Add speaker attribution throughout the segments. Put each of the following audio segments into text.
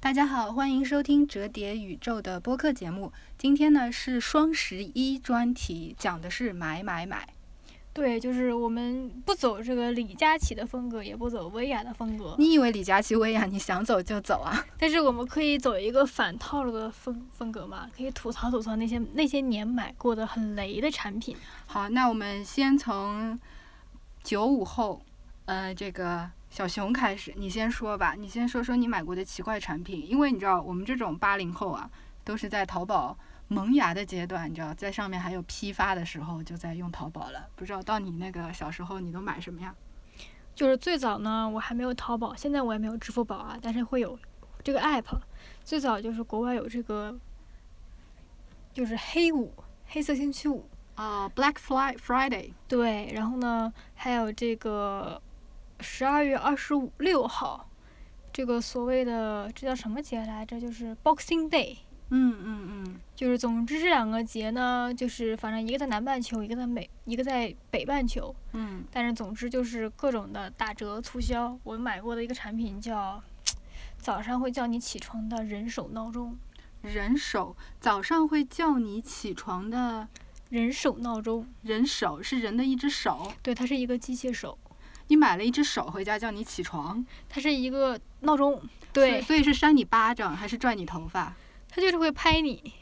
Speaker 1: 大家好，欢迎收听《折叠宇宙》的播客节目。今天呢是双十一专题，讲的是买买买。
Speaker 2: 对，就是我们不走这个李佳琦的风格，也不走薇娅的风格，
Speaker 1: 你以为李佳琦、薇娅你想走就走啊？
Speaker 2: 但是我们可以走一个反套路的风风格嘛，可以吐槽吐槽那些那些年买过的很雷的产品。
Speaker 1: 好，那我们先从九五后，呃，这个小熊开始，你先说吧，你先说说你买过的奇怪产品，因为你知道我们这种八零后啊，都是在淘宝萌芽的阶段，你知道在上面还有批发的时候就在用淘宝了。不知道到你那个小时候你都买什么呀？
Speaker 2: 就是最早呢，我还没有淘宝，现在我也没有支付宝啊，但是会有这个 app。最早就是国外有这个，就是黑五、黑色星期五，
Speaker 1: 啊、b l a c k Fly Friday，
Speaker 2: 对，然后呢，还有这个十二月二十五六号，这个所谓的这叫什么节来着？就是 Boxing Day。
Speaker 1: 嗯嗯嗯，
Speaker 2: 就是总之这两个节呢，就是反正一个在南半球，一个在美，一个在北半球。
Speaker 1: 嗯，
Speaker 2: 但是总之就是各种的打折促销。我买过的一个产品叫早上会叫你起床的人手闹钟，
Speaker 1: 人手早上会叫你起床的
Speaker 2: 人手闹钟，
Speaker 1: 人手是人的一只手，
Speaker 2: 对，它是一个机械手，
Speaker 1: 你买了一只手回家叫你起床，
Speaker 2: 它是一个闹钟，
Speaker 1: 所以
Speaker 2: 对，
Speaker 1: 所以是扇你巴掌还是拽你头发？
Speaker 2: 它就是会拍你。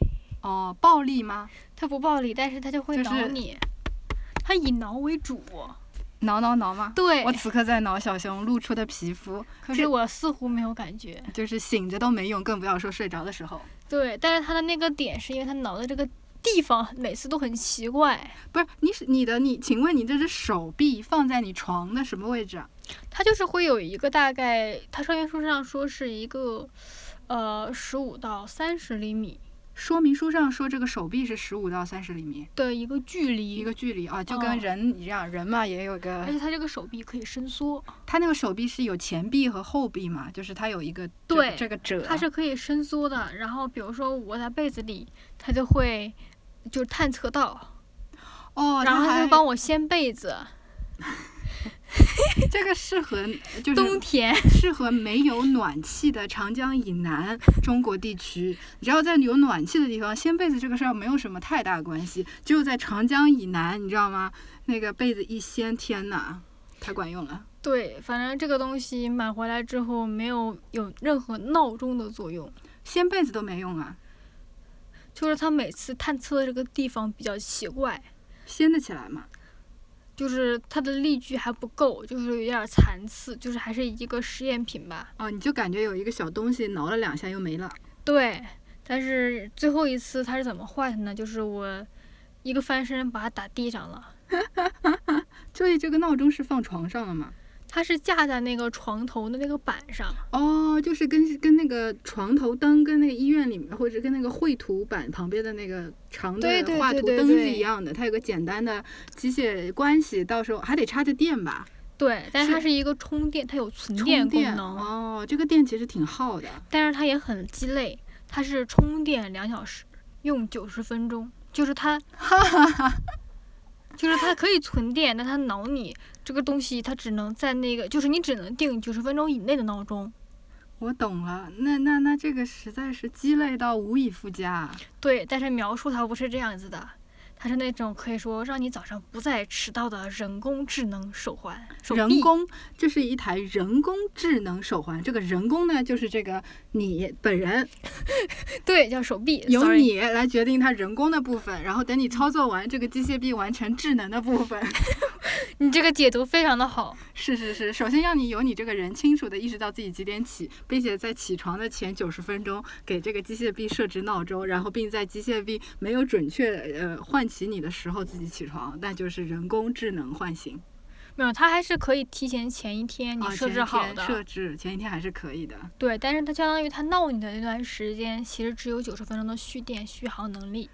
Speaker 1: 哦，暴力吗？
Speaker 2: 它不暴力，但是它就会
Speaker 1: 就
Speaker 2: 挠
Speaker 1: 是
Speaker 2: 你，它以挠为主。
Speaker 1: 挠挠挠吗？
Speaker 2: 对
Speaker 1: 我，此刻在挠小熊露出的皮肤，
Speaker 2: 可是我似乎没有感觉。
Speaker 1: 就是醒着都没用，更不要说睡着的时候。
Speaker 2: 对，但是它的那个点是因为它挠的这个地方每次都很奇怪，
Speaker 1: 不是你是你的你，请问你这只手臂放在你床的什么位置啊？
Speaker 2: 它就是会有一个大概，它说明书上说是一个，呃，十五到三十厘米
Speaker 1: 说明书上说这个手臂是十五到三十厘米
Speaker 2: 的一个距
Speaker 1: 一
Speaker 2: 离。
Speaker 1: 个距离啊，就
Speaker 2: 哦嗯
Speaker 1: 跟人一样，人嘛也有
Speaker 2: 而
Speaker 1: 个，
Speaker 2: 且它这个手臂可以伸缩，
Speaker 1: 他那个手臂是有前臂和后臂嘛，就是它有一个这个
Speaker 2: 对
Speaker 1: 这个褶，
Speaker 2: 它是可以伸缩的。然后比如说我在被子里，它就会就探测到，
Speaker 1: 哦，
Speaker 2: 然后
Speaker 1: 它
Speaker 2: 它就
Speaker 1: 还
Speaker 2: 会帮我掀被子。
Speaker 1: 这个适 合就
Speaker 2: 冬
Speaker 1: 是
Speaker 2: 天，
Speaker 1: 适合没有暖气的长江以南中国地区。只要在有暖气的地方，掀被子这个事儿没有什么太大关系。只有在长江以南，你知道吗？那个被子一掀，天呐，太管用了。
Speaker 2: 对，反正这个东西买回来之后没有有任何闹钟的作用，
Speaker 1: 掀被子都没用啊，
Speaker 2: 就是它每次探测的这个地方比较奇怪，
Speaker 1: 掀得起来嘛？
Speaker 2: 就是它的力矩还不够，就是有点残次，就是还是一个实验品吧。
Speaker 1: 哦，你就感觉有一个小东西挠了两下又没了。
Speaker 2: 对，但是最后一次它是怎么坏的呢？就是我一个翻身把它打地上了，
Speaker 1: 所以这个闹钟是放床上了吗？
Speaker 2: 它是架在那个床头的那个板上，
Speaker 1: 哦，就是跟跟那个床头灯跟那个医院里面或者跟那个绘图板旁边的那个长的
Speaker 2: 对对
Speaker 1: 画
Speaker 2: 对
Speaker 1: 图
Speaker 2: 对
Speaker 1: 灯是
Speaker 2: 对
Speaker 1: 一样的，它有个简单的机械关系，到时候还得插着电吧，
Speaker 2: 对，但是它
Speaker 1: 是
Speaker 2: 是一个充电，它有存
Speaker 1: 充
Speaker 2: 电
Speaker 1: 电
Speaker 2: 功能，
Speaker 1: 哦，这个电其实挺耗的，
Speaker 2: 但是它也很鸡肋，它是充电两小时，用九十分钟，就是它， 就是它可以存电，但它挠你这个东西，它只能在那个，就是你只能定九十分钟以内的闹钟。
Speaker 1: 我懂了，那那那这个实在是鸡肋到无以复加，
Speaker 2: 对，但是描述它不是这样子的，它是那种可以说让你早上不再迟到的人工智能手环。手
Speaker 1: 人
Speaker 2: 臂
Speaker 1: 工这是一台人工智能手环，这个人工呢就是这个你本人
Speaker 2: 对，叫手臂。
Speaker 1: 由
Speaker 2: sorry
Speaker 1: 你来决定它人工的部分，然后等你操作完这个机械臂完成智能的部分。
Speaker 2: 你这个解读非常的好。
Speaker 1: 是是是，首先让你有你这个人清楚的意识到自己几点起，并且在起床的前九十分钟给这个机械臂设置闹钟，然后并在机械臂没有准确呃唤起你的时候自己起床，那就是人工智能唤醒。
Speaker 2: 没有，它还是可以提前前一天你
Speaker 1: 啊，
Speaker 2: 设
Speaker 1: 前一
Speaker 2: 置好
Speaker 1: 天
Speaker 2: 的。
Speaker 1: 设置前一天还是可以的。
Speaker 2: 对，但是它相当于它闹你的那段时间，其实只有九十分钟的蓄电续航能力。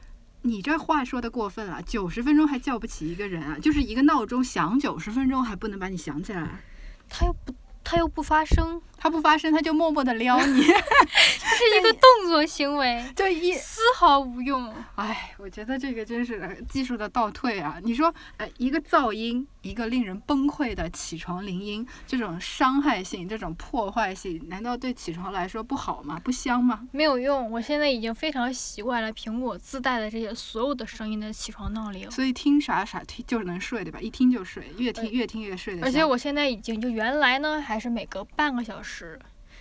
Speaker 1: 你这话说的过分了，九十分钟还叫不起一个人啊，就是一个闹钟响九十分钟还不能把你想起来，啊
Speaker 2: 它又不，它又不发声，
Speaker 1: 它不发声，它就默默的撩 你，
Speaker 2: 这是一个动作行为，
Speaker 1: 就一
Speaker 2: 丝毫无用。
Speaker 1: 哎，我觉得这个真是技术的倒退啊！你说，呃，一个噪音，一个令人崩溃的起床铃音，这种伤害性、这种破坏性，难道对起床来说不好吗？不香吗？
Speaker 2: 没有用，我现在已经非常习惯了苹果自带的这些所有的声音的起床闹铃，
Speaker 1: 所以听啥啥听就能睡，对吧？一听就睡，越听
Speaker 2: 哎
Speaker 1: 越听越睡的香。
Speaker 2: 而且我现在已经就原来呢还是每隔半个小时，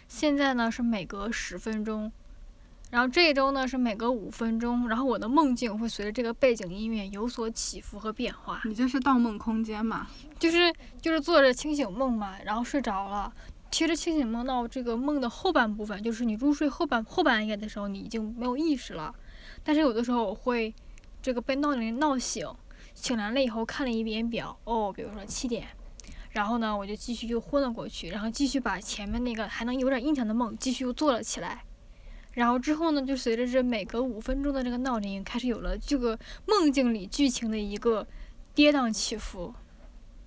Speaker 2: 现在呢是每隔十分钟，然后这一周呢是每隔五分钟，然后我的梦境会随着这个背景音乐有所起伏和变化。
Speaker 1: 你这是《盗梦空间》嘛？
Speaker 2: 就是就是做着清醒梦嘛，然后睡着了。其实清醒梦到这个梦的后半部分，就是你入睡后半后半夜的时候，你已经没有意识了。但是有的时候我会这个被闹铃闹醒，醒来了以后看了一眼表，哦，比如说七点，然后呢我就继续又昏了过去，然后继续把前面那个还能有点印象的梦继续又做了起来。然后之后呢，就随着这每隔五分钟的这个闹铃，开始有了这个梦境里剧情的一个跌宕起伏。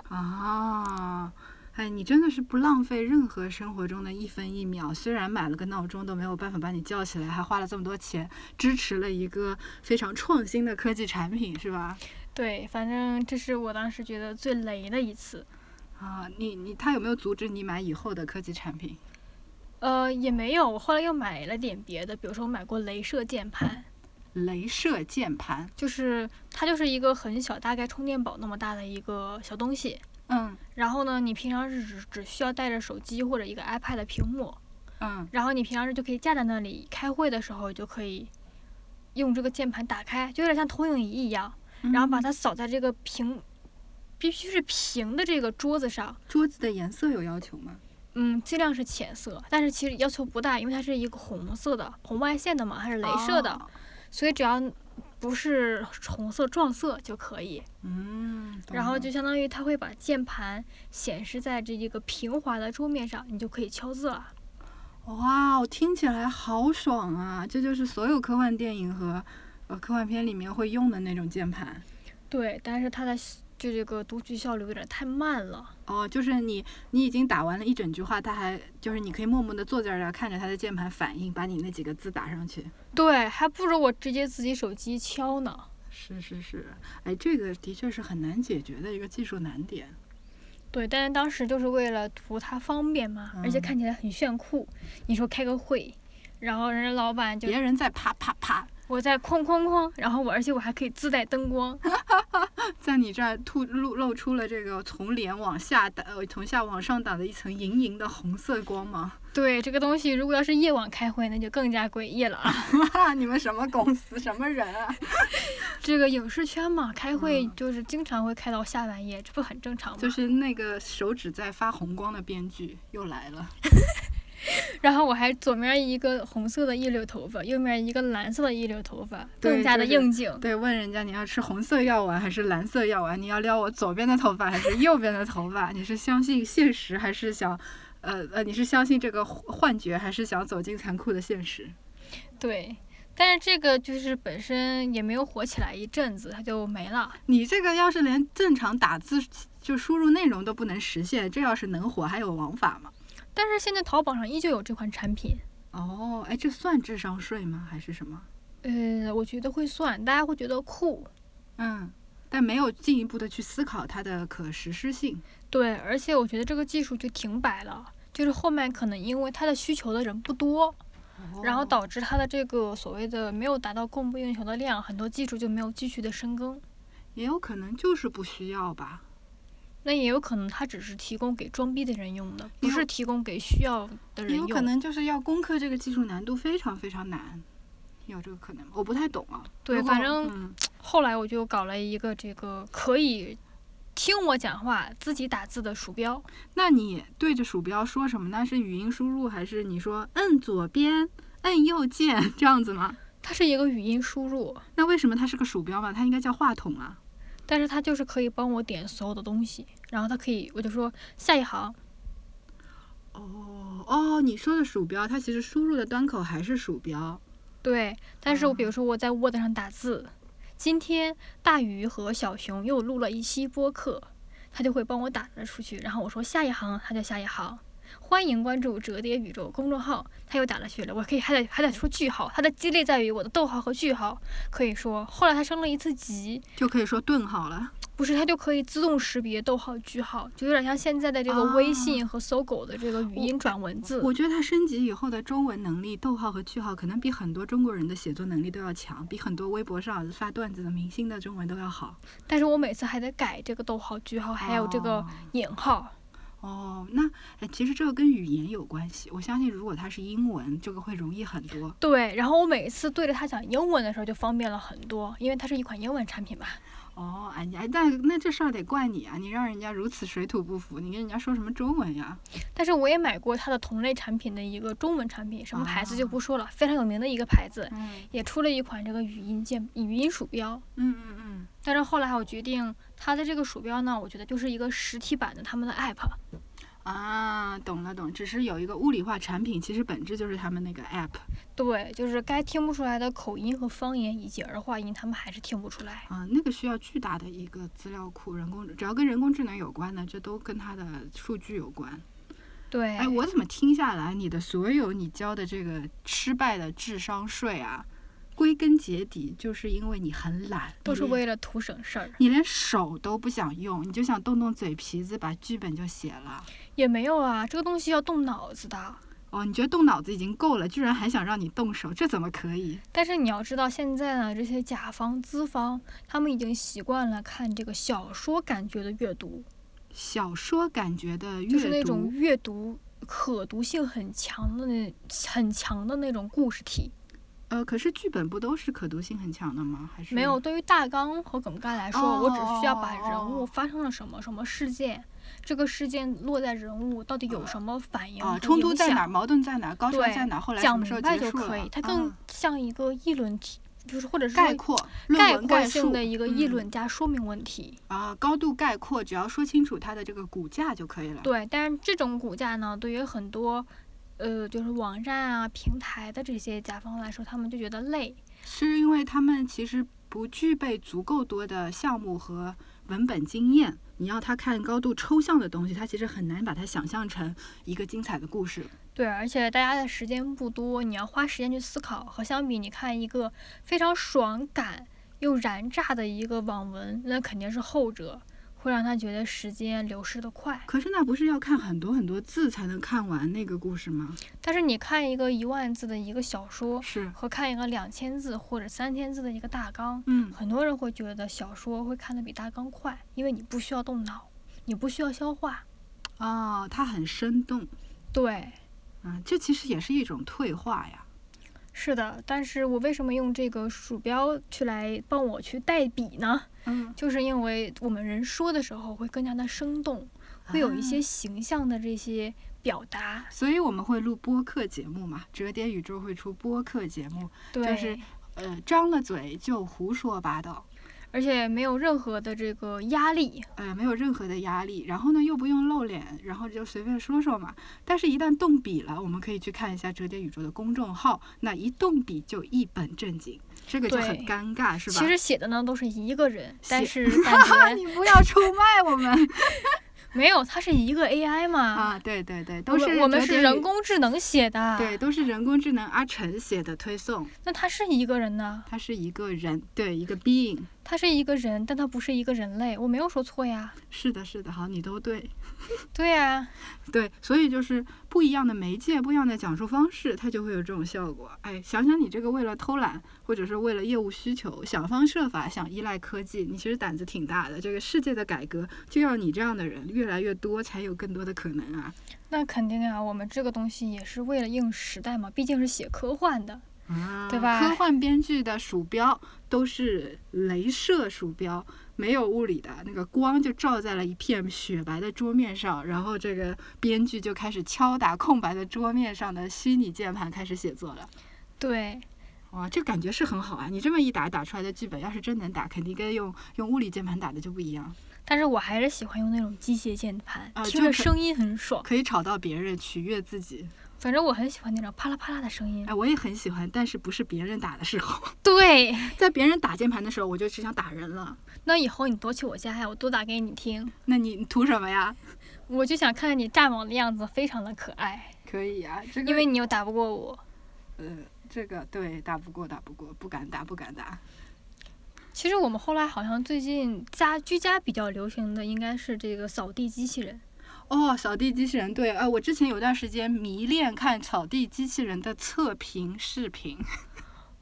Speaker 1: 啊，哎，你真的是不浪费任何生活中的一分一秒。虽然买了个闹钟都没有办法把你叫起来，还花了这么多钱支持了一个非常创新的科技产品，是吧？
Speaker 2: 对，反正这是我当时觉得最雷的一次。
Speaker 1: 啊，你你他有没有阻止你买以后的科技产品？
Speaker 2: 呃，也没有，我后来又买了点别的，比如说我买过镭射键盘，
Speaker 1: 镭射键盘，
Speaker 2: 就是它就是一个很小，大概充电宝那么大的一个小东西。
Speaker 1: 嗯
Speaker 2: 然后呢，你平常是只只需要带着手机或者一个 iPad 的屏幕，
Speaker 1: 嗯，
Speaker 2: 然后你平常是就可以架在那里，开会的时候就可以用这个键盘打开，就有点像投影仪一样，
Speaker 1: 嗯
Speaker 2: 然后把它扫在这个屏，必须是平的这个桌子上。
Speaker 1: 桌子的颜色有要求吗？
Speaker 2: 嗯，尽量是浅色，但是其实要求不大，因为它是一个红色的红外线的嘛，它是镭射的，
Speaker 1: 哦
Speaker 2: 所以只要不是红色撞色就可以。
Speaker 1: 嗯，懂
Speaker 2: 然后
Speaker 1: 了
Speaker 2: 就相当于它会把键盘显示在这一个平滑的桌面上，你就可以敲字了。
Speaker 1: 哇，我听起来好爽啊！这就是所有科幻电影和呃科幻片里面会用的那种键盘。
Speaker 2: 对，但是它的就这个读取效率有点太慢了。
Speaker 1: 哦，就是你你已经打完了一整句话，它还就是你可以默默的坐在这儿看着它的键盘反应，把你那几个字打上去。
Speaker 2: 对，还不如我直接自己手机敲呢。
Speaker 1: 是是是，哎，这个的确是很难解决的一个技术难点。
Speaker 2: 对，但是当时就是为了图它方便嘛，而且
Speaker 1: 嗯
Speaker 2: 看起来很炫酷。你说开个会，然后人家老板就
Speaker 1: 别人在啪啪啪，
Speaker 2: 我在哐哐哐，然后我而且我还可以自带灯光，
Speaker 1: 在你这儿吐露露出了这个从脸往下打，呃，从下往上打的一层莹莹的红色光芒。
Speaker 2: 对这个东西，如果要是夜晚开会，那就更加诡异了啊！
Speaker 1: 哈，你们什么公司，什么人啊？
Speaker 2: 这个影视圈嘛，开会
Speaker 1: 嗯
Speaker 2: 就是经常会开到下半夜，这不很正常吗？
Speaker 1: 就是那个手指在发红光的编剧又来了。
Speaker 2: 然后我还左面一个红色的一绺头发，右面一个蓝色的一绺头发，
Speaker 1: 对
Speaker 2: 更加的
Speaker 1: 就是
Speaker 2: 应景。
Speaker 1: 对，问人家你要吃红色药丸还是蓝色药丸？你要撩我左边的头发还是右边的头发？ 你是相信现实还是想，呃呃，你是相信这个幻幻觉还是想走进残酷的现实？
Speaker 2: 对但是这个就是本身也没有火起来一阵子，它就没了。
Speaker 1: 你这个要是连正常打字就输入内容都不能实现，这要是能火还有王法吗？
Speaker 2: 但是现在淘宝上依旧有这款产品，
Speaker 1: 哦，哎，这算智商税吗？还是什么？
Speaker 2: 呃，我觉得会算，大家会觉得酷，
Speaker 1: 嗯，但没有进一步的去思考它的可实施性。
Speaker 2: 对，而且我觉得这个技术就停摆了，就是后面可能因为它的需求的人不多，然后
Speaker 1: 到。
Speaker 2: 导致它的这个所谓的没有达到供不应求的量，很多技术就没有继续的深耕。
Speaker 1: 也有可能就是不需要吧。
Speaker 2: 那也有可能它只是提供给装逼的人用的，不
Speaker 1: 也有
Speaker 2: 是提供给需要的人
Speaker 1: 也有
Speaker 2: 用。
Speaker 1: 可能就是要攻克这个技术难度非常非常难，有这个可能吗？我不太懂啊。
Speaker 2: 对
Speaker 1: 如果
Speaker 2: 反正
Speaker 1: 嗯
Speaker 2: 后来我就搞了一个这个可以听我讲话、自己打字的鼠标，
Speaker 1: 那你对着鼠标说什么呢？是语音输入还是你说摁左边、摁右键这样子吗？
Speaker 2: 它是一个语音输入，
Speaker 1: 那为什么它是个鼠标嘛？它应该叫话筒啊。
Speaker 2: 但是它就是可以帮我点所有的东西，然后它可以，我就说下一行，
Speaker 1: 哦哦，你说的鼠标，它其实输入的端口还是鼠标。
Speaker 2: 对，但是我比
Speaker 1: 啊
Speaker 2: 如说我在 Word 上打字，今天大鱼和小熊又录了一期播客，他就会帮我打了出去，然后我说下一行，他就下一行，欢迎关注“折叠宇宙”公众号。他又打了血了，我可以还得还得说句号，他的激烈在于我的逗号和句号。可以说，后来他升了一次级，
Speaker 1: 就可以说顿号了。
Speaker 2: 不是它就可以自动识别逗号、句号，就有点像现在的这个微信和搜狗的这个语音转文字。
Speaker 1: 哦我觉得它升级以后的中文能力，逗号和句号可能比很多中国人的写作能力都要强，比很多微博上发段子的明星的中文都要好。
Speaker 2: 但是我每次还得改这个逗号、句号，还哎有这个引号。
Speaker 1: 哦，那哎，其实这个跟语言有关系。我相信，如果它是英文，这个会容易很多。
Speaker 2: 对，然后我每次对着它讲英文的时候就方便了很多，因为它是一款英文产品嘛。
Speaker 1: 哦，哎，你哎，那那这事儿得怪你啊！你让人家如此水土不服，你跟人家说什么中文呀？
Speaker 2: 但是我也买过它的同类产品的一个中文产品，什么牌子就不说了，非常有名的一个牌子，
Speaker 1: 嗯
Speaker 2: 也出了一款这个语音键语音鼠标。
Speaker 1: 嗯嗯嗯，
Speaker 2: 但是后来我决定，它的这个鼠标呢，我觉得就是一个实体版的他们的 app。
Speaker 1: 啊，懂了懂，只是有一个物理化产品，其实本质就是他们那个 app
Speaker 2: 对，就是该听不出来的口音和方言以及儿化音，他们还是听不出来。
Speaker 1: 啊，那个需要巨大的一个资料库，人工只要跟人工智能有关的，这都跟它的数据有关。
Speaker 2: 对，
Speaker 1: 哎，我怎么听下来，你的所有你交的这个失败的智商税啊，归根结底就是因为你很懒，
Speaker 2: 都
Speaker 1: 你
Speaker 2: 是
Speaker 1: 连
Speaker 2: 为了图省事儿，
Speaker 1: 你连手都不想用，你就想动动嘴皮子把剧本就写了。
Speaker 2: 也没有啊，这个东西要动脑子的。
Speaker 1: 哦，你觉得动脑子已经够了，居然还想让你动手，这怎么可以？
Speaker 2: 但是你要知道，现在呢，这些甲方、资方，他们已经习惯了看这个小说感觉的阅读，
Speaker 1: 小说感觉的阅读，
Speaker 2: 就是那种阅读可读性很强的那很强的那种故事体。
Speaker 1: 呃，可是剧本不都是可读性很强的吗？还是
Speaker 2: 没有，？对于大纲和梗概来说，我只需要把人
Speaker 1: 哦
Speaker 2: 物发生了什么什么事件，这个事件落在人物到底有什么反应、
Speaker 1: 啊，冲突在哪儿？？矛盾在哪儿？高潮
Speaker 2: 对
Speaker 1: 在哪儿？后来什
Speaker 2: 讲
Speaker 1: 么时
Speaker 2: 明
Speaker 1: 候
Speaker 2: 白
Speaker 1: 结
Speaker 2: 就
Speaker 1: 束
Speaker 2: 可
Speaker 1: 了？
Speaker 2: 以，它更
Speaker 1: 啊
Speaker 2: 像一个议论题，就是或者是
Speaker 1: 概括论
Speaker 2: 概
Speaker 1: 文
Speaker 2: 括
Speaker 1: 述
Speaker 2: 性的一个议
Speaker 1: 嗯
Speaker 2: 论加说明问题。
Speaker 1: 啊，高度概括，只要说清楚它的这个骨架就可以了。
Speaker 2: 对，但是这种骨架呢，对于很多。呃，就是网站啊、平台的这些甲方来说，他们就觉得累，
Speaker 1: 是因为他们其实不具备足够多的项目和文本经验。你要他看高度抽象的东西，他其实很难把它想象成一个精彩的故事。
Speaker 2: 对，而且大家的时间不多，你要花时间去思考。和相比，你看一个非常爽感又燃炸的一个网文，那肯定是后者，会让他觉得时间流逝的快。
Speaker 1: 可是那不是要看很多很多字才能看完那个故事吗？
Speaker 2: 但是你看一个一万字的一个小说，
Speaker 1: 是，
Speaker 2: 和看一个两千字或者三千字的一个大纲，
Speaker 1: 嗯，
Speaker 2: 很多人会觉得小说会看得比大纲快，因为你不需要动脑，你不需要消化。
Speaker 1: 哦，它很生动
Speaker 2: 对，
Speaker 1: 啊，这其实也是一种退化呀。
Speaker 2: 是的。但是我为什么用这个鼠标去来帮我去代笔呢？
Speaker 1: 嗯，
Speaker 2: 就是因为我们人说的时候会更加的生动，会有一
Speaker 1: 啊
Speaker 2: 些形象的这些表达。
Speaker 1: 所以我们会录播客节目嘛，折叠宇宙会出播客节目，
Speaker 2: 对，
Speaker 1: 是呃，张了嘴就胡说八道。
Speaker 2: 而且没有任何的这个压力。
Speaker 1: 呃，没有任何的压力，然后呢又不用露脸，然后就随便说说嘛。但是，一旦动笔了，我们可以去看一下折叠宇宙的公众号，那一动笔就一本正经，这个就很
Speaker 2: 对
Speaker 1: 尴尬，是吧？
Speaker 2: 其实写的呢都是一个人，但
Speaker 1: 写
Speaker 2: 是感觉
Speaker 1: 你不要出卖我 们
Speaker 2: 没有，它是一个 AI 嘛。
Speaker 1: 啊！对对对，
Speaker 2: 我
Speaker 1: 都是
Speaker 2: 们我们
Speaker 1: 折叠
Speaker 2: 是
Speaker 1: 宇
Speaker 2: 人，工智能写的，
Speaker 1: 对，，都是人工智能阿晨写的推送，
Speaker 2: 那他是一个人呢，
Speaker 1: 他是一个人，对，一个 being。
Speaker 2: 他是一个人，但他不是一个人类，我没有说错呀，
Speaker 1: 是的，是的，好，你都对，
Speaker 2: 对呀、
Speaker 1: 对，所以就是不一样的媒介，不一样的讲述方式，它就会有这种效果。哎，想想你这个为了偷懒，或者是为了业务需求，想方设法想依赖科技，你其实胆子挺大的。这个世界的改革就要你这样的人越来越多，才有更多的可能啊！
Speaker 2: 那肯定啊，我们这个东西也是为了应时代嘛，毕竟是写科幻的，
Speaker 1: 啊
Speaker 2: 对吧
Speaker 1: 科幻编剧的鼠标都是镭射鼠标，没有物理的那个光就照在了一片雪白的桌面上，然后这个编剧就开始敲打空白的桌面上的虚拟键盘，开始写作了。
Speaker 2: 对，
Speaker 1: 哇，这感觉是很好啊！你这么一打打出来的剧本，要是真能打，肯定跟用用物理键盘打的就不一样，
Speaker 2: 但是我还是喜欢用那种机械键盘，
Speaker 1: 啊
Speaker 2: 听
Speaker 1: 就
Speaker 2: 着
Speaker 1: 可
Speaker 2: 声音很爽，
Speaker 1: 可以吵到别人，取悦自己。
Speaker 2: 反正我很喜欢那种啪啦啪啦的声音
Speaker 1: 哎，，我也很喜欢，但是不是别人打的时候，
Speaker 2: 对，
Speaker 1: 在别人打键盘的时候，我就只想打人了。
Speaker 2: 那以后你多去我家呀，我多打给你听，
Speaker 1: 那你你图什么呀？
Speaker 2: 我就想看看你炸网的样子，非常的可爱。
Speaker 1: 可以啊，这个
Speaker 2: 因为你又打不过我，
Speaker 1: 呃，这个对打不过，打不过，不敢打，不敢打。
Speaker 2: 其实我们后来好像最近家居家比较流行的应该是这个扫地机器人，
Speaker 1: 哦，扫地机器人，对，啊，我之前有段时间迷恋看扫地机器人的测评视频。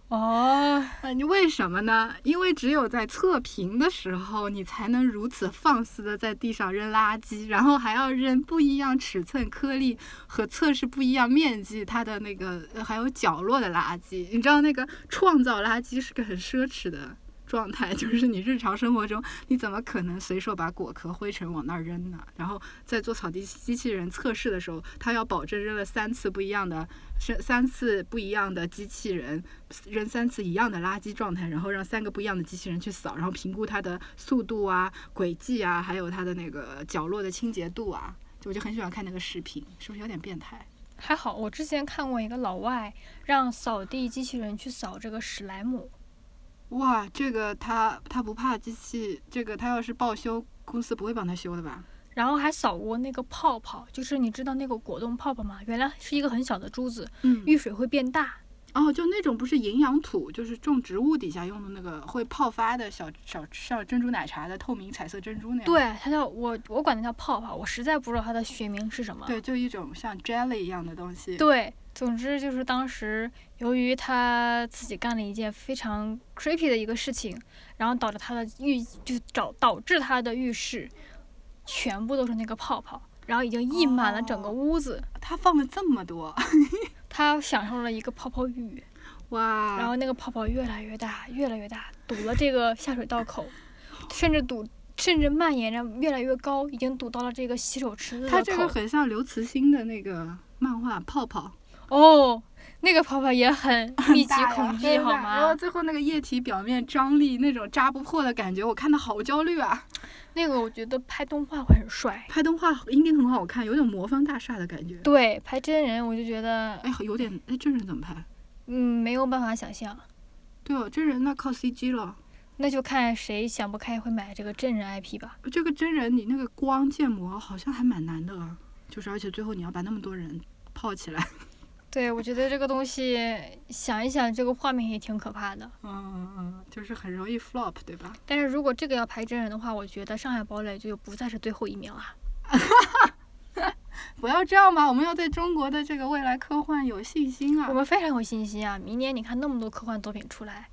Speaker 2: 哦，
Speaker 1: 啊， 你为什么呢？因为只有在测评的时候，你才能如此放肆的在地上扔垃圾，然后还要扔不一样尺寸颗粒和测试不一样面积它的那个呃还有角落的垃圾。你知道那个创造垃圾是个很奢侈的状态， 就是你日常生活中你怎么可能随手把果壳、灰尘往那儿扔呢？然后在做扫地机器人测试的时候，它要保证扔了三次不一样的三三次不一样的机器人扔三次一样的垃圾状态，然后让三个不一样的机器人去扫，然后评估它的速度啊、轨迹啊，还有它的那个角落的清洁度啊。就我就很喜欢看那个视频，是不是有点变态？
Speaker 2: 还好我之前看过一个老外让扫地机器人去扫这个史莱姆，
Speaker 1: 哇，这个他他不怕机器，这个他要是报修，公司不会帮他修的吧？
Speaker 2: 然后还扫过那个泡泡，就是你知道那个果冻泡泡吗？原来是一个很小的珠子，
Speaker 1: 嗯
Speaker 2: 遇水会变大。
Speaker 1: 哦，就那种不是营养土，就是种植物底下用的那个会泡发的小小像珍珠奶茶的透明彩色珍珠那样。
Speaker 2: 对，它叫我我管它叫泡泡，我实在不知道它的学名是什么。
Speaker 1: 对，就一种像 jelly 一样的东西。
Speaker 2: 对，总之就是当时由于他自己干了一件非常 creepy 的一个事情，然后导致他的浴就导导致他的浴室全部都是那个泡泡，然后已经溢满了整个
Speaker 1: 哦
Speaker 2: 屋子。
Speaker 1: 他放了这么多，
Speaker 2: 他享受了一个泡泡浴，
Speaker 1: 哇！
Speaker 2: 然后那个泡泡越来越大，越来越大，堵了这个下水道口，甚至堵，甚至蔓延着越来越高，已经堵到了这个洗手池子的口。
Speaker 1: 它这个很像刘慈欣的那个漫画《泡泡
Speaker 2: 哦，那个泡泡也很》，密集恐惧，好
Speaker 1: 然后
Speaker 2: 吗？
Speaker 1: 最后那个液体表面张力那种扎不破的感觉，我看的好焦虑啊！
Speaker 2: 那个我觉得拍动画会很帅，
Speaker 1: 拍动画应该很好看，有点魔方大厦的感觉。
Speaker 2: 对，拍真人我就觉得，
Speaker 1: 哎，有点哎，真人怎么拍？
Speaker 2: 嗯，没有办法想象。
Speaker 1: 对哦，真人那靠 CG 了。
Speaker 2: 那就看谁想不开会买这个真人 IP 吧。
Speaker 1: 这个真人你那个光建模好像还蛮难的啊，就是而且最后你要把那么多人泡起来。
Speaker 2: 对，我觉得这个东西想一想，这个画面也挺可怕的。
Speaker 1: 嗯嗯，就是很容易 flop，对吧？
Speaker 2: 但是如果这个要拍真人的话，我觉得《上海堡垒》就不再是最后一名了。
Speaker 1: 不要这样吧，我们要对中国的这个未来科幻有信心啊
Speaker 2: 我！们非常有信心啊！明年你看那么多科幻作品出来，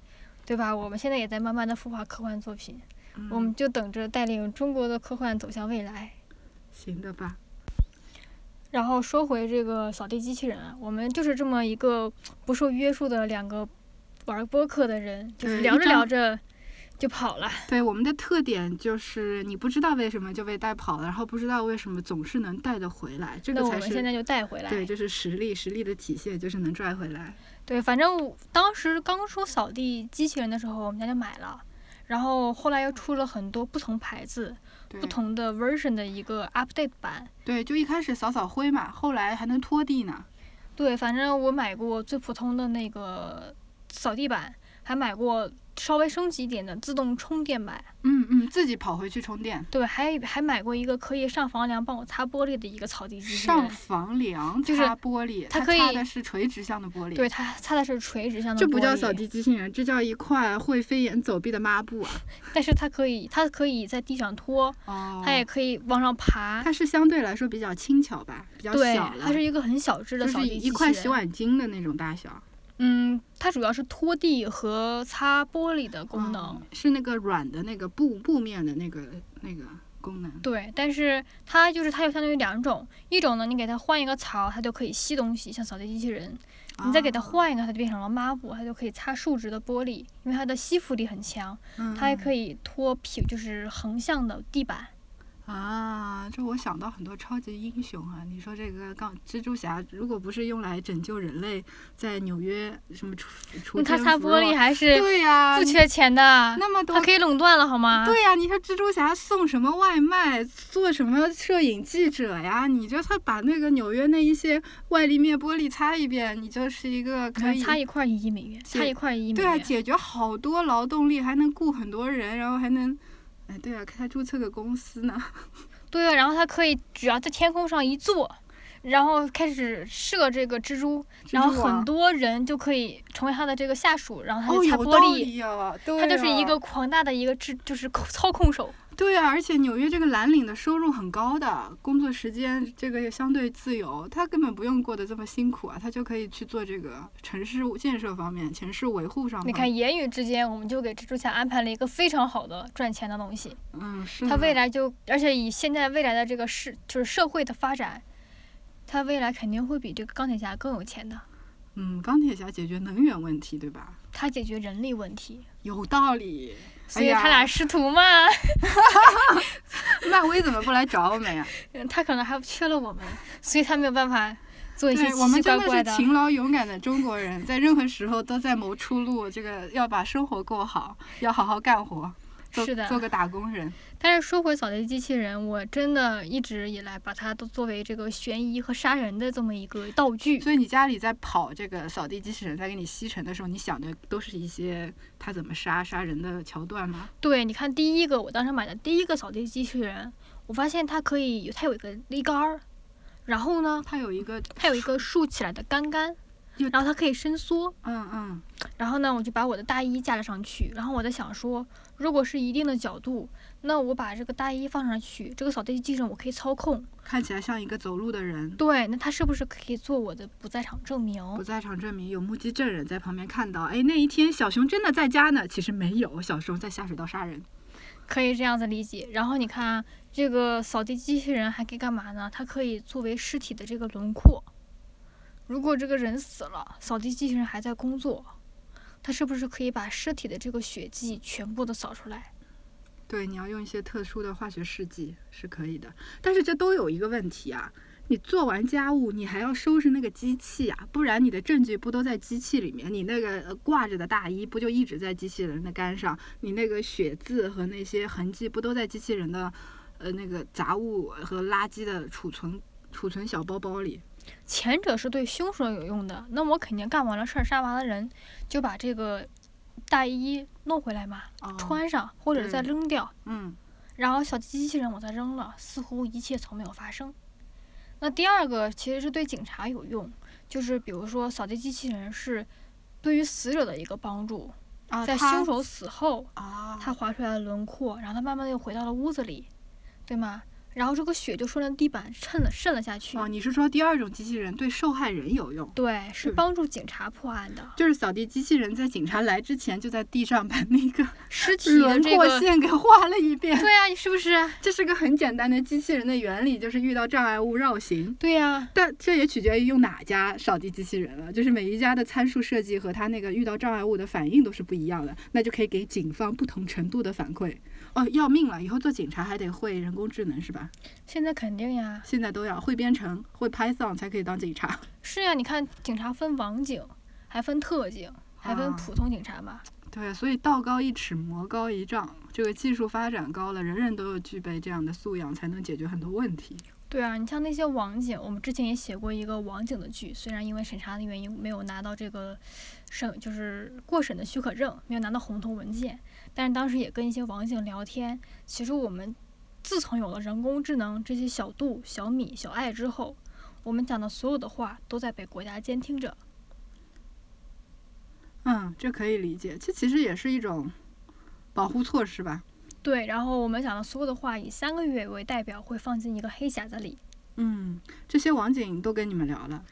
Speaker 2: 对吧？我们现在也在慢慢的孵化科幻作品，我
Speaker 1: 嗯
Speaker 2: 们就等着带领中国的科幻走向未来。
Speaker 1: 行的吧。
Speaker 2: 然后说回这个扫地机器人啊，我们就是这么一个不受约束的两个玩播客的人，就是
Speaker 1: 对
Speaker 2: 聊
Speaker 1: 一
Speaker 2: 着
Speaker 1: 张
Speaker 2: 聊着就跑了。
Speaker 1: 对我们的特点就是，你不知道为什么就被带跑了，然后不知道为什么总是能带得回来，这
Speaker 2: 那
Speaker 1: 个
Speaker 2: 我
Speaker 1: 才
Speaker 2: 们现
Speaker 1: 是
Speaker 2: 在就带回来。
Speaker 1: 对，这是实力，实力的体现就是能拽回来。
Speaker 2: 对，反正我当时刚出扫地机器人的时候，我们家就买了，然后后来又出了很多不同牌子、
Speaker 1: 对
Speaker 2: 不同的 version 的一个 update 版。
Speaker 1: 对，就一开始扫扫灰嘛，后来还能拖地呢。
Speaker 2: 对，反正我买过最普通的那个扫地版，还买过稍微升级一点的自动充电版。
Speaker 1: 嗯嗯，自己跑回去充电，
Speaker 2: 对，还还买过一个可以上房梁帮我擦玻璃的一个扫地机器
Speaker 1: 上
Speaker 2: 人。
Speaker 1: 房梁
Speaker 2: 就是
Speaker 1: 擦玻璃，
Speaker 2: 它
Speaker 1: 它
Speaker 2: 可以
Speaker 1: 擦的是垂直向的玻璃。
Speaker 2: 对，，它擦的是垂直向的玻璃，
Speaker 1: 这不叫扫，地机器人，这叫一块会飞檐走壁的抹布啊。
Speaker 2: 但是它可以，它可以在地上拖，
Speaker 1: 哦
Speaker 2: 它也可以往上爬。
Speaker 1: 它是相对来说比较轻巧吧，比较
Speaker 2: 对
Speaker 1: 小，了，
Speaker 2: 它是一个很小只的
Speaker 1: 就
Speaker 2: 扫
Speaker 1: 是
Speaker 2: 地机器人。
Speaker 1: 一块洗碗巾的那种大小。
Speaker 2: 嗯，它主要是拖地和擦玻璃的功能。
Speaker 1: 嗯是那个软的那个布布面的那个那个功能。
Speaker 2: 对，但是它就是它有相当于两种，一种呢，你给它换一个槽，它就可以吸东西，像扫地机器人；你再给它
Speaker 1: 啊，
Speaker 2: 换一个，它就变成了抹布，它就可以擦竖直的玻璃，因为它的吸附力很强，
Speaker 1: 嗯
Speaker 2: 它还可
Speaker 1: 以
Speaker 2: 以拖平，就是横向的地板。
Speaker 1: 啊。这我想到很多超级英雄啊，你说这个钢蜘蛛侠，如果不是用来拯救人类，在纽约什么除除
Speaker 2: 那它
Speaker 1: 天
Speaker 2: 擦
Speaker 1: 福
Speaker 2: 玻
Speaker 1: 若
Speaker 2: 璃还是
Speaker 1: 对呀、
Speaker 2: 不
Speaker 1: 你
Speaker 2: 缺钱的，
Speaker 1: 那么多
Speaker 2: 它可以垄断了好吗？
Speaker 1: 对呀、你说蜘蛛侠送什么外卖，做什么摄影记者呀？你就他把那个纽约那一些外立面玻璃擦一遍，你就是一个
Speaker 2: 你
Speaker 1: 可
Speaker 2: 看，
Speaker 1: 以
Speaker 2: 擦一块一亿美元，擦
Speaker 1: 解
Speaker 2: 一块一亿美
Speaker 1: 对啊，
Speaker 2: 元。
Speaker 1: 解决好多劳动力，还能雇很多人，然后还能，哎，对啊，给他注册个公司呢。
Speaker 2: 对啊，然后它可以只要在天空上一坐，然后开始射这个蜘蛛，然后
Speaker 1: 蜘蛛网
Speaker 2: 很多人就可以成为它的这个下属，然后它
Speaker 1: 哦，
Speaker 2: 就
Speaker 1: 有
Speaker 2: 擦玻
Speaker 1: 道
Speaker 2: 璃，
Speaker 1: 理啊，对
Speaker 2: 它就是一
Speaker 1: 啊
Speaker 2: 个狂大的一个制，就是控 操控手。
Speaker 1: 对啊，而且纽约这个蓝领的收入很高的，工作时间这个也相对自由，他根本不用过得这么辛苦啊，他就可以去做这个城市建设方面、城市维护上面。
Speaker 2: 你看，言语之间，我们就给蜘蛛侠安排了一个非常好的赚钱的东西。
Speaker 1: 嗯，是
Speaker 2: 它
Speaker 1: 呢
Speaker 2: 未来就，而且以现在未来的这个社，就是社会的发展，它未来肯定会比这个钢铁侠更有钱的。
Speaker 1: 嗯，钢铁侠解决能源问题，对吧？
Speaker 2: 它解决人力问题，
Speaker 1: 有道 理。
Speaker 2: 所以
Speaker 1: 哎呀
Speaker 2: 他俩师徒嘛，
Speaker 1: 漫威怎么不来找我们呀？
Speaker 2: 嗯他可能还缺了我们，所以他没有办法做一些
Speaker 1: 对我
Speaker 2: 奇
Speaker 1: 们
Speaker 2: 奇怪
Speaker 1: 真的
Speaker 2: 怪
Speaker 1: 是
Speaker 2: 的。
Speaker 1: 勤劳勇敢的中国人，在任何时候都在谋出路。这个要把生活过好，要好好干活，做
Speaker 2: 是的
Speaker 1: 做个打工人。
Speaker 2: 但是说回扫地机器人，我真的一直以来把它都作为这个悬疑和杀人的这么一个道具。
Speaker 1: 所以你家里在跑这个扫地机器人在给你吸尘的时候，你想的都是一些他怎么杀杀人的桥段吗？
Speaker 2: 对，你看第一个，我当时买的第一个扫地机器人，我发现它可以有它有一个立杆儿，然后呢，
Speaker 1: 他有一个，
Speaker 2: 它有一个竖起来的杆杆
Speaker 1: 有，
Speaker 2: 然后它可以伸缩。
Speaker 1: 嗯嗯，
Speaker 2: 然后呢，我就把我的大衣架了上去。然后我在想说，如果是一定的角度，那我把这个大衣放上去，这个扫地机器人我可以操控。
Speaker 1: 看起来像一个走路的人。
Speaker 2: 对，那它是不是可以做我的不在场证明？
Speaker 1: 不在场证明有目击证人在旁边看到，哎，那一天小熊真的在家呢，其实没有，小熊在下水道杀人。
Speaker 2: 可以这样子理解。然后你看啊，这个扫地机器人还可以干嘛呢？它可以作为尸体的这个轮廓。如果这个人死了，扫地机器人还在工作，它是不是可以把尸体的这个血迹全部都扫出来？
Speaker 1: 对，你要用一些特殊的化学试剂是可以的，但是这都有一个问题啊，你做完家务，你还要收拾那个机器啊，不然你的证据不都在机器里面？你那个呃挂着的大衣不就一直在机器人的杆上？你那个血渍和那些痕迹不都在机器人的呃那个杂物和垃圾的储存储存小包包里？
Speaker 2: 前者是对凶手有用的，那我肯定干完了事儿，杀完了人，就把这个大衣弄回来嘛，
Speaker 1: 哦，
Speaker 2: 穿上或者再
Speaker 1: 对
Speaker 2: 扔掉。
Speaker 1: 嗯，
Speaker 2: 然后小机器人我再扔了，似乎一切从没有发生。那第二个其实是对警察有用，就是比如说扫地机器人是对于死者的一个帮助，
Speaker 1: 啊，
Speaker 2: 在
Speaker 1: 他
Speaker 2: 凶手死后，
Speaker 1: 啊，
Speaker 2: 他划出来的轮廓，然后他慢慢的又回到了屋子里，对吗？然后这个血就顺着地板渗了渗了下去，
Speaker 1: 哦，你是说第二种机器人对受害人有用？
Speaker 2: 对，是
Speaker 1: 嗯
Speaker 2: 帮助警察破案的。
Speaker 1: 就是扫地机器人在警察来之前就在地上把那 个
Speaker 2: 尸体的
Speaker 1: 轮
Speaker 2: 这
Speaker 1: 廓
Speaker 2: 个，
Speaker 1: 线给画了一遍。
Speaker 2: 对呀、啊你是不是？
Speaker 1: 这是个很简单的机器人的原理，就是遇到障碍物绕行。
Speaker 2: 对呀、
Speaker 1: 但这也取决于用哪家扫地机器人了，就是每一家的参数设计和它那个遇到障碍物的反应都是不一样的，那就可以给警方不同程度的反馈。哦，要命了！以后做警察还得会人工智能是吧？
Speaker 2: 现在肯定呀。
Speaker 1: 现在都要会编程、会 Python 才可以当警察。
Speaker 2: 是呀，你看警察分网警，还分特警，还分
Speaker 1: 啊
Speaker 2: 普通警察嘛。
Speaker 1: 对，所以道高一尺，魔高一丈。这个技术发展高了，人人都要具备这样的素养，才能解决很多问题。
Speaker 2: 对啊，你像那些网警，我们之前也写过一个网警的剧，虽然因为审查的原因没有拿到这个审，就是过审的许可证，没有拿到红头文件，但是当时也跟一些网警聊天，其实我们自从有了人工智能这些小度、小米、小爱之后，我们讲的所有的话都在被国家监听着。
Speaker 1: 嗯，这可以理解，这其实也是一种保护措施吧。
Speaker 2: 对，然后我们讲的所有的话以三个月为代表会放进一个黑匣子里，
Speaker 1: 嗯，这些网警都跟你们聊了，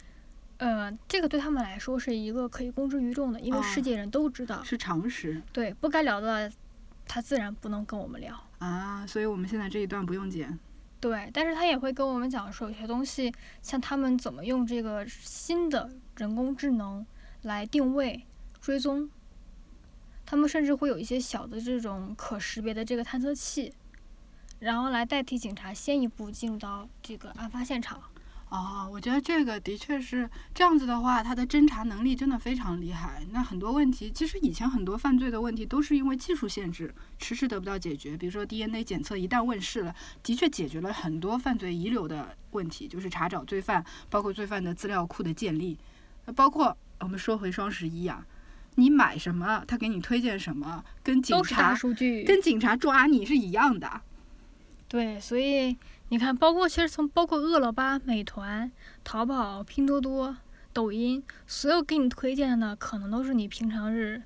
Speaker 2: 呃，这个对他们来说是一个可以公之于众的，因为
Speaker 1: 哦
Speaker 2: 世界人都知道。
Speaker 1: 是常识
Speaker 2: 对，不该聊的，他自然不能跟我们聊。
Speaker 1: 啊，所以我们现在这一段不用剪。
Speaker 2: 对，但是他也会跟我们讲说，有些东西像他们怎么用这个新的人工智能来定位、追踪，他们甚至会有一些小的这种可识别的这个探测器，然后来代替警察先一步进入到这个案发现场。
Speaker 1: 哦，我觉得这个的确是这样子的话，他的侦查能力真的非常厉害。那很多问题，其实以前很多犯罪的问题都是因为技术限制，迟迟得不到解决。比如说 DNA 检测一旦问世了，的确解决了很多犯罪遗留的问题，就是查找罪犯，包括罪犯的资料库的建立，呃包括我们说回双十一啊，你买什么，他给你推荐什么，跟警
Speaker 2: 都是大
Speaker 1: 察
Speaker 2: 数据，
Speaker 1: 跟警察抓你是一样的。
Speaker 2: 对，所以你看，包括其实从包括饿了么、美团、淘宝、拼多多、抖音，所有给你推荐的，可能都是你平常日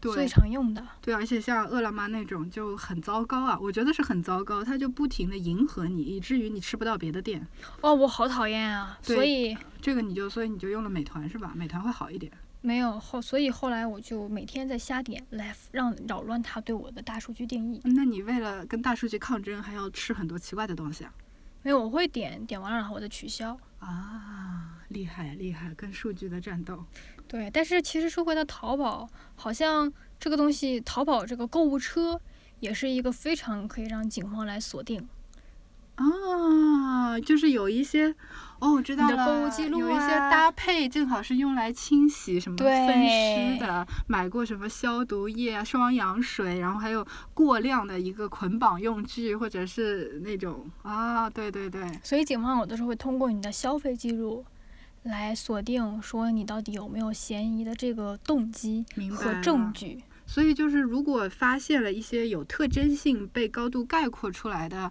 Speaker 2: 最
Speaker 1: 对
Speaker 2: 常用的。
Speaker 1: 对，啊而且像饿了么那种就很糟糕啊，我觉得是很糟糕，它就不停的迎合你，以至于你吃不到别的店。
Speaker 2: 哦，我好讨厌啊！
Speaker 1: 对
Speaker 2: 所以
Speaker 1: 这个你就所以你就用了美团是吧？美团会好一点。
Speaker 2: 没有后，所以后来我就每天在瞎点来让扰乱它对我的大数据定义。
Speaker 1: 那你为了跟大数据抗争，还要吃很多奇怪的东西啊？
Speaker 2: 没有，我会点点完了，然后我再取消。
Speaker 1: 啊，厉害厉害，跟数据的战斗。
Speaker 2: 对，但是其实说回到淘宝，好像这个东西，淘宝这个购物车也是一个非常可以让警方来锁定。
Speaker 1: 啊，就是有一些，哦，我知道
Speaker 2: 你的
Speaker 1: 了，
Speaker 2: 购物记录
Speaker 1: 有一些
Speaker 2: 啊
Speaker 1: 搭配正好是用来清洗什么
Speaker 2: 对
Speaker 1: 分尸的，买过什么消毒液啊、双氧水，然后还有过量的一个捆绑用具，或者是那种啊，对对对，
Speaker 2: 所以警方有的时候会通过你的消费记录来锁定，说你到底有没有嫌疑的这个动机
Speaker 1: 明白
Speaker 2: 和
Speaker 1: 了。
Speaker 2: 证据。
Speaker 1: 所以就是，如果发现了一些有特征性被高度概括出来的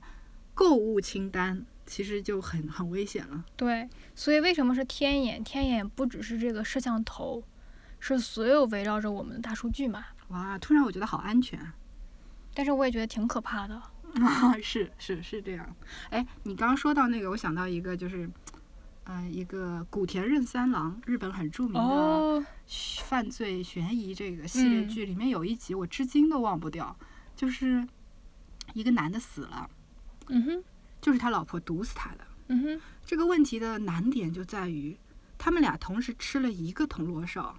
Speaker 1: 购物清单，其实就很很危险了。
Speaker 2: 对，所以为什么是天眼？天眼不只是这个摄像头，是所有围绕着我们的大数据嘛。
Speaker 1: 哇，突然我觉得好安全啊。
Speaker 2: 但是我也觉得挺可怕的。
Speaker 1: 啊，是是是这样。哎，你刚刚说到那个，我想到一个，就是，嗯、一个古田任三郎，日本很著名的
Speaker 2: 哦，
Speaker 1: 犯罪悬疑这个系列
Speaker 2: 嗯
Speaker 1: 剧，里面有一集我至今都忘不掉，就是一个男的死了，
Speaker 2: 嗯哼，
Speaker 1: 就是他老婆毒死他的。
Speaker 2: 嗯哼，
Speaker 1: 这个问题的难点就在于，他们俩同时吃了一个铜锣烧。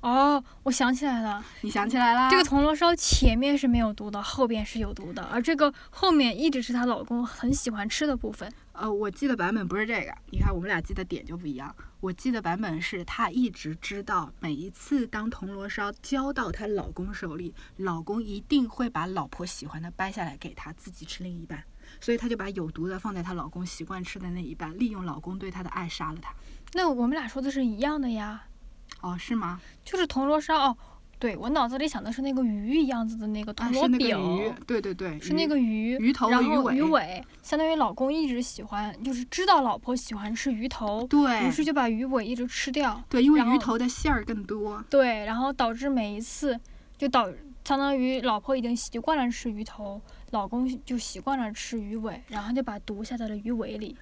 Speaker 2: 哦，我想起来了，
Speaker 1: 你想起来啦？
Speaker 2: 这个铜锣烧前面是没有毒的，后边是有毒的，而这个后面一直是她老公很喜欢吃的部分。
Speaker 1: 呃，我记的版本不是这个，你看我们俩记的点就不一样。我记的版本是她一直知道，每一次当铜锣烧交到她老公手里，老公一定会把老婆喜欢的掰下来给她，自己吃另一半。所以她就把有毒的放在她老公习惯吃的那一半，利用老公对她的爱杀了她。
Speaker 2: 那我们俩说的是一样的呀。
Speaker 1: 哦，是吗？
Speaker 2: 就是铜锣烧哦，对我脑子里想的是那个鱼一样子的那个
Speaker 1: 啊，
Speaker 2: 铜
Speaker 1: 是
Speaker 2: 锣
Speaker 1: 那
Speaker 2: 饼，
Speaker 1: 个鱼，对对对，
Speaker 2: 是那个鱼，
Speaker 1: 鱼头和
Speaker 2: 然
Speaker 1: 鱼
Speaker 2: 后
Speaker 1: 尾
Speaker 2: 鱼尾，相当于老公一直喜欢，就是知道老婆喜欢吃鱼头，于
Speaker 1: 对
Speaker 2: 是就把鱼尾一直吃掉，
Speaker 1: 对，因为
Speaker 2: 然
Speaker 1: 鱼
Speaker 2: 后
Speaker 1: 头的馅儿更多。
Speaker 2: 对，然后导致每一次就导相当于老婆已经习惯了吃鱼头，老公就习惯了吃鱼尾，然后就把毒下在了鱼尾里，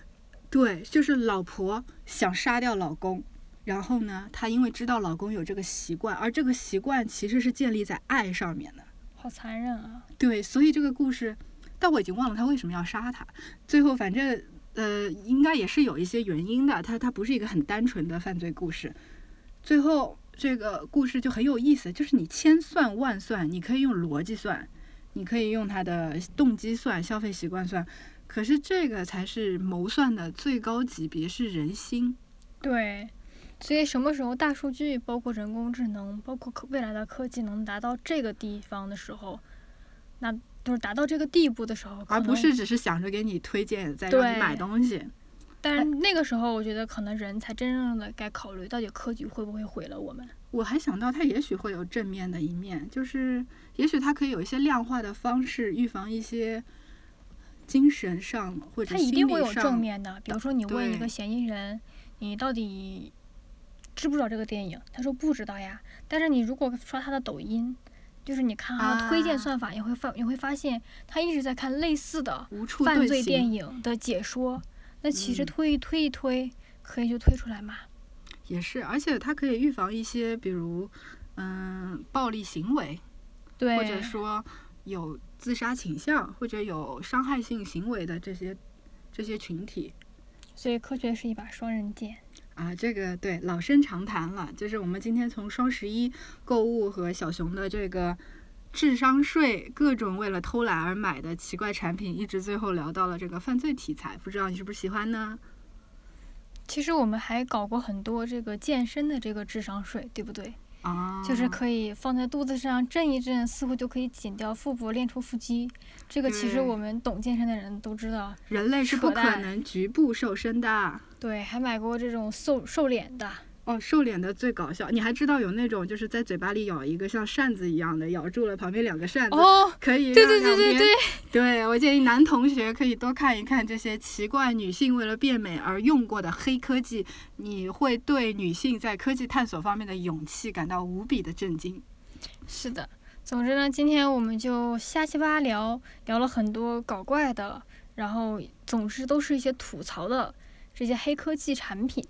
Speaker 1: 对，就是老婆想杀掉老公，然后呢，她因为知道老公有这个习惯，而这个习惯其实是建立在爱上面的。
Speaker 2: 好残忍啊！
Speaker 1: 对，所以这个故事，但我已经忘了她为什么要杀他。最后，反正呃，应该也是有一些原因的。它它不是一个很单纯的犯罪故事。最后这个故事就很有意思，就是你千算万算，你可以用逻辑算，你可以用他的动机算、消费习惯算，可是这个才是谋算的最高级别，是人心。
Speaker 2: 对，所以什么时候大数据，包括人工智能，包括科未来的科技能达到这个地方的时候，那就是达到这个地步的时候，可
Speaker 1: 而不
Speaker 2: 能
Speaker 1: 是。只是想着给你推荐，再让你
Speaker 2: 对
Speaker 1: 买东西。
Speaker 2: 但是那个时候，我觉得可能人才真正的该考虑，到底科技会不会毁了我们？
Speaker 1: 我还想到，它也许会有正面的一面，就是也许它可以有一些量化的方式预防一些精神上或者
Speaker 2: 它一
Speaker 1: 心
Speaker 2: 定会
Speaker 1: 理
Speaker 2: 有正
Speaker 1: 上。
Speaker 2: 面的，比如说你问一
Speaker 1: 对
Speaker 2: 个嫌疑人，你到底知不知道这个电影？他说不知道呀。但是你如果刷他的抖音，就是你看他的推
Speaker 1: 啊
Speaker 2: 荐算法，你会发你会发现他一直在看类似的，
Speaker 1: 无处
Speaker 2: 犯
Speaker 1: 遁
Speaker 2: 罪
Speaker 1: 形。
Speaker 2: 电影的解说，那其实
Speaker 1: 嗯
Speaker 2: 推一推一推，可以就推出来嘛。
Speaker 1: 也是，而且它可以预防一些，比如嗯暴力行为，
Speaker 2: 对，
Speaker 1: 或者说有自杀倾向或者有伤害性行为的这些这些群体。
Speaker 2: 所以科学是一把双刃剑。
Speaker 1: 啊，这个对老生常谈了，就是我们今天从双十一购物和小熊的这个智商税，各种为了偷懒而买的奇怪产品，一直最后聊到了这个犯罪题材，不知道你是不是喜欢呢？
Speaker 2: 其实我们还搞过很多这个健身的这个智商税，对不对？
Speaker 1: 啊，
Speaker 2: 就是可以放在肚子上震一震，似乎就可以减掉腹部，练出腹肌。这个其实
Speaker 1: 对
Speaker 2: 我们懂健身的人都知道。
Speaker 1: 人类是不
Speaker 2: 扯
Speaker 1: 可
Speaker 2: 淡
Speaker 1: 能局部瘦身的。
Speaker 2: 对，还买过这种瘦瘦脸的，
Speaker 1: 哦，瘦脸的最搞笑。你还知道有那种就是在嘴巴里咬一个像扇子一样的，咬住了旁边两个扇子，
Speaker 2: 哦，
Speaker 1: 可以
Speaker 2: 对
Speaker 1: 让
Speaker 2: 对对
Speaker 1: 两
Speaker 2: 对
Speaker 1: 边
Speaker 2: 对，
Speaker 1: 对，我建议男同学可以多看一看这些奇怪女性为了变美而用过的黑科技，你会对女性在科技探索方面的勇气感到无比的震惊。
Speaker 2: 是的。总之呢，今天我们就瞎七八聊，聊了很多搞怪的，然后总之都是一些吐槽的这些黑科技产品。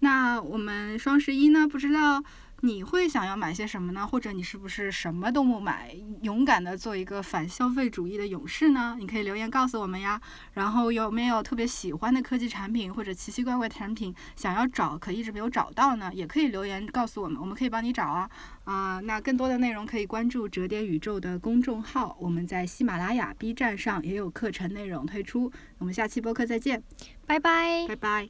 Speaker 1: 那我们双十一呢，不知道你会想要买些什么呢？或者你是不是什么都不买，勇敢的做一个反消费主义的勇士呢？你可以留言告诉我们呀。然后有没有特别喜欢的科技产品或者奇奇怪怪的产品，想要找可一直没有找到呢？也可以留言告诉我们，我们可以帮你找啊。啊、那更多的内容可以关注折叠宇宙的公众号，我们在喜马拉雅、B 站上也有课程内容推出。我们下期播客再见，
Speaker 2: 拜拜。
Speaker 1: 拜拜。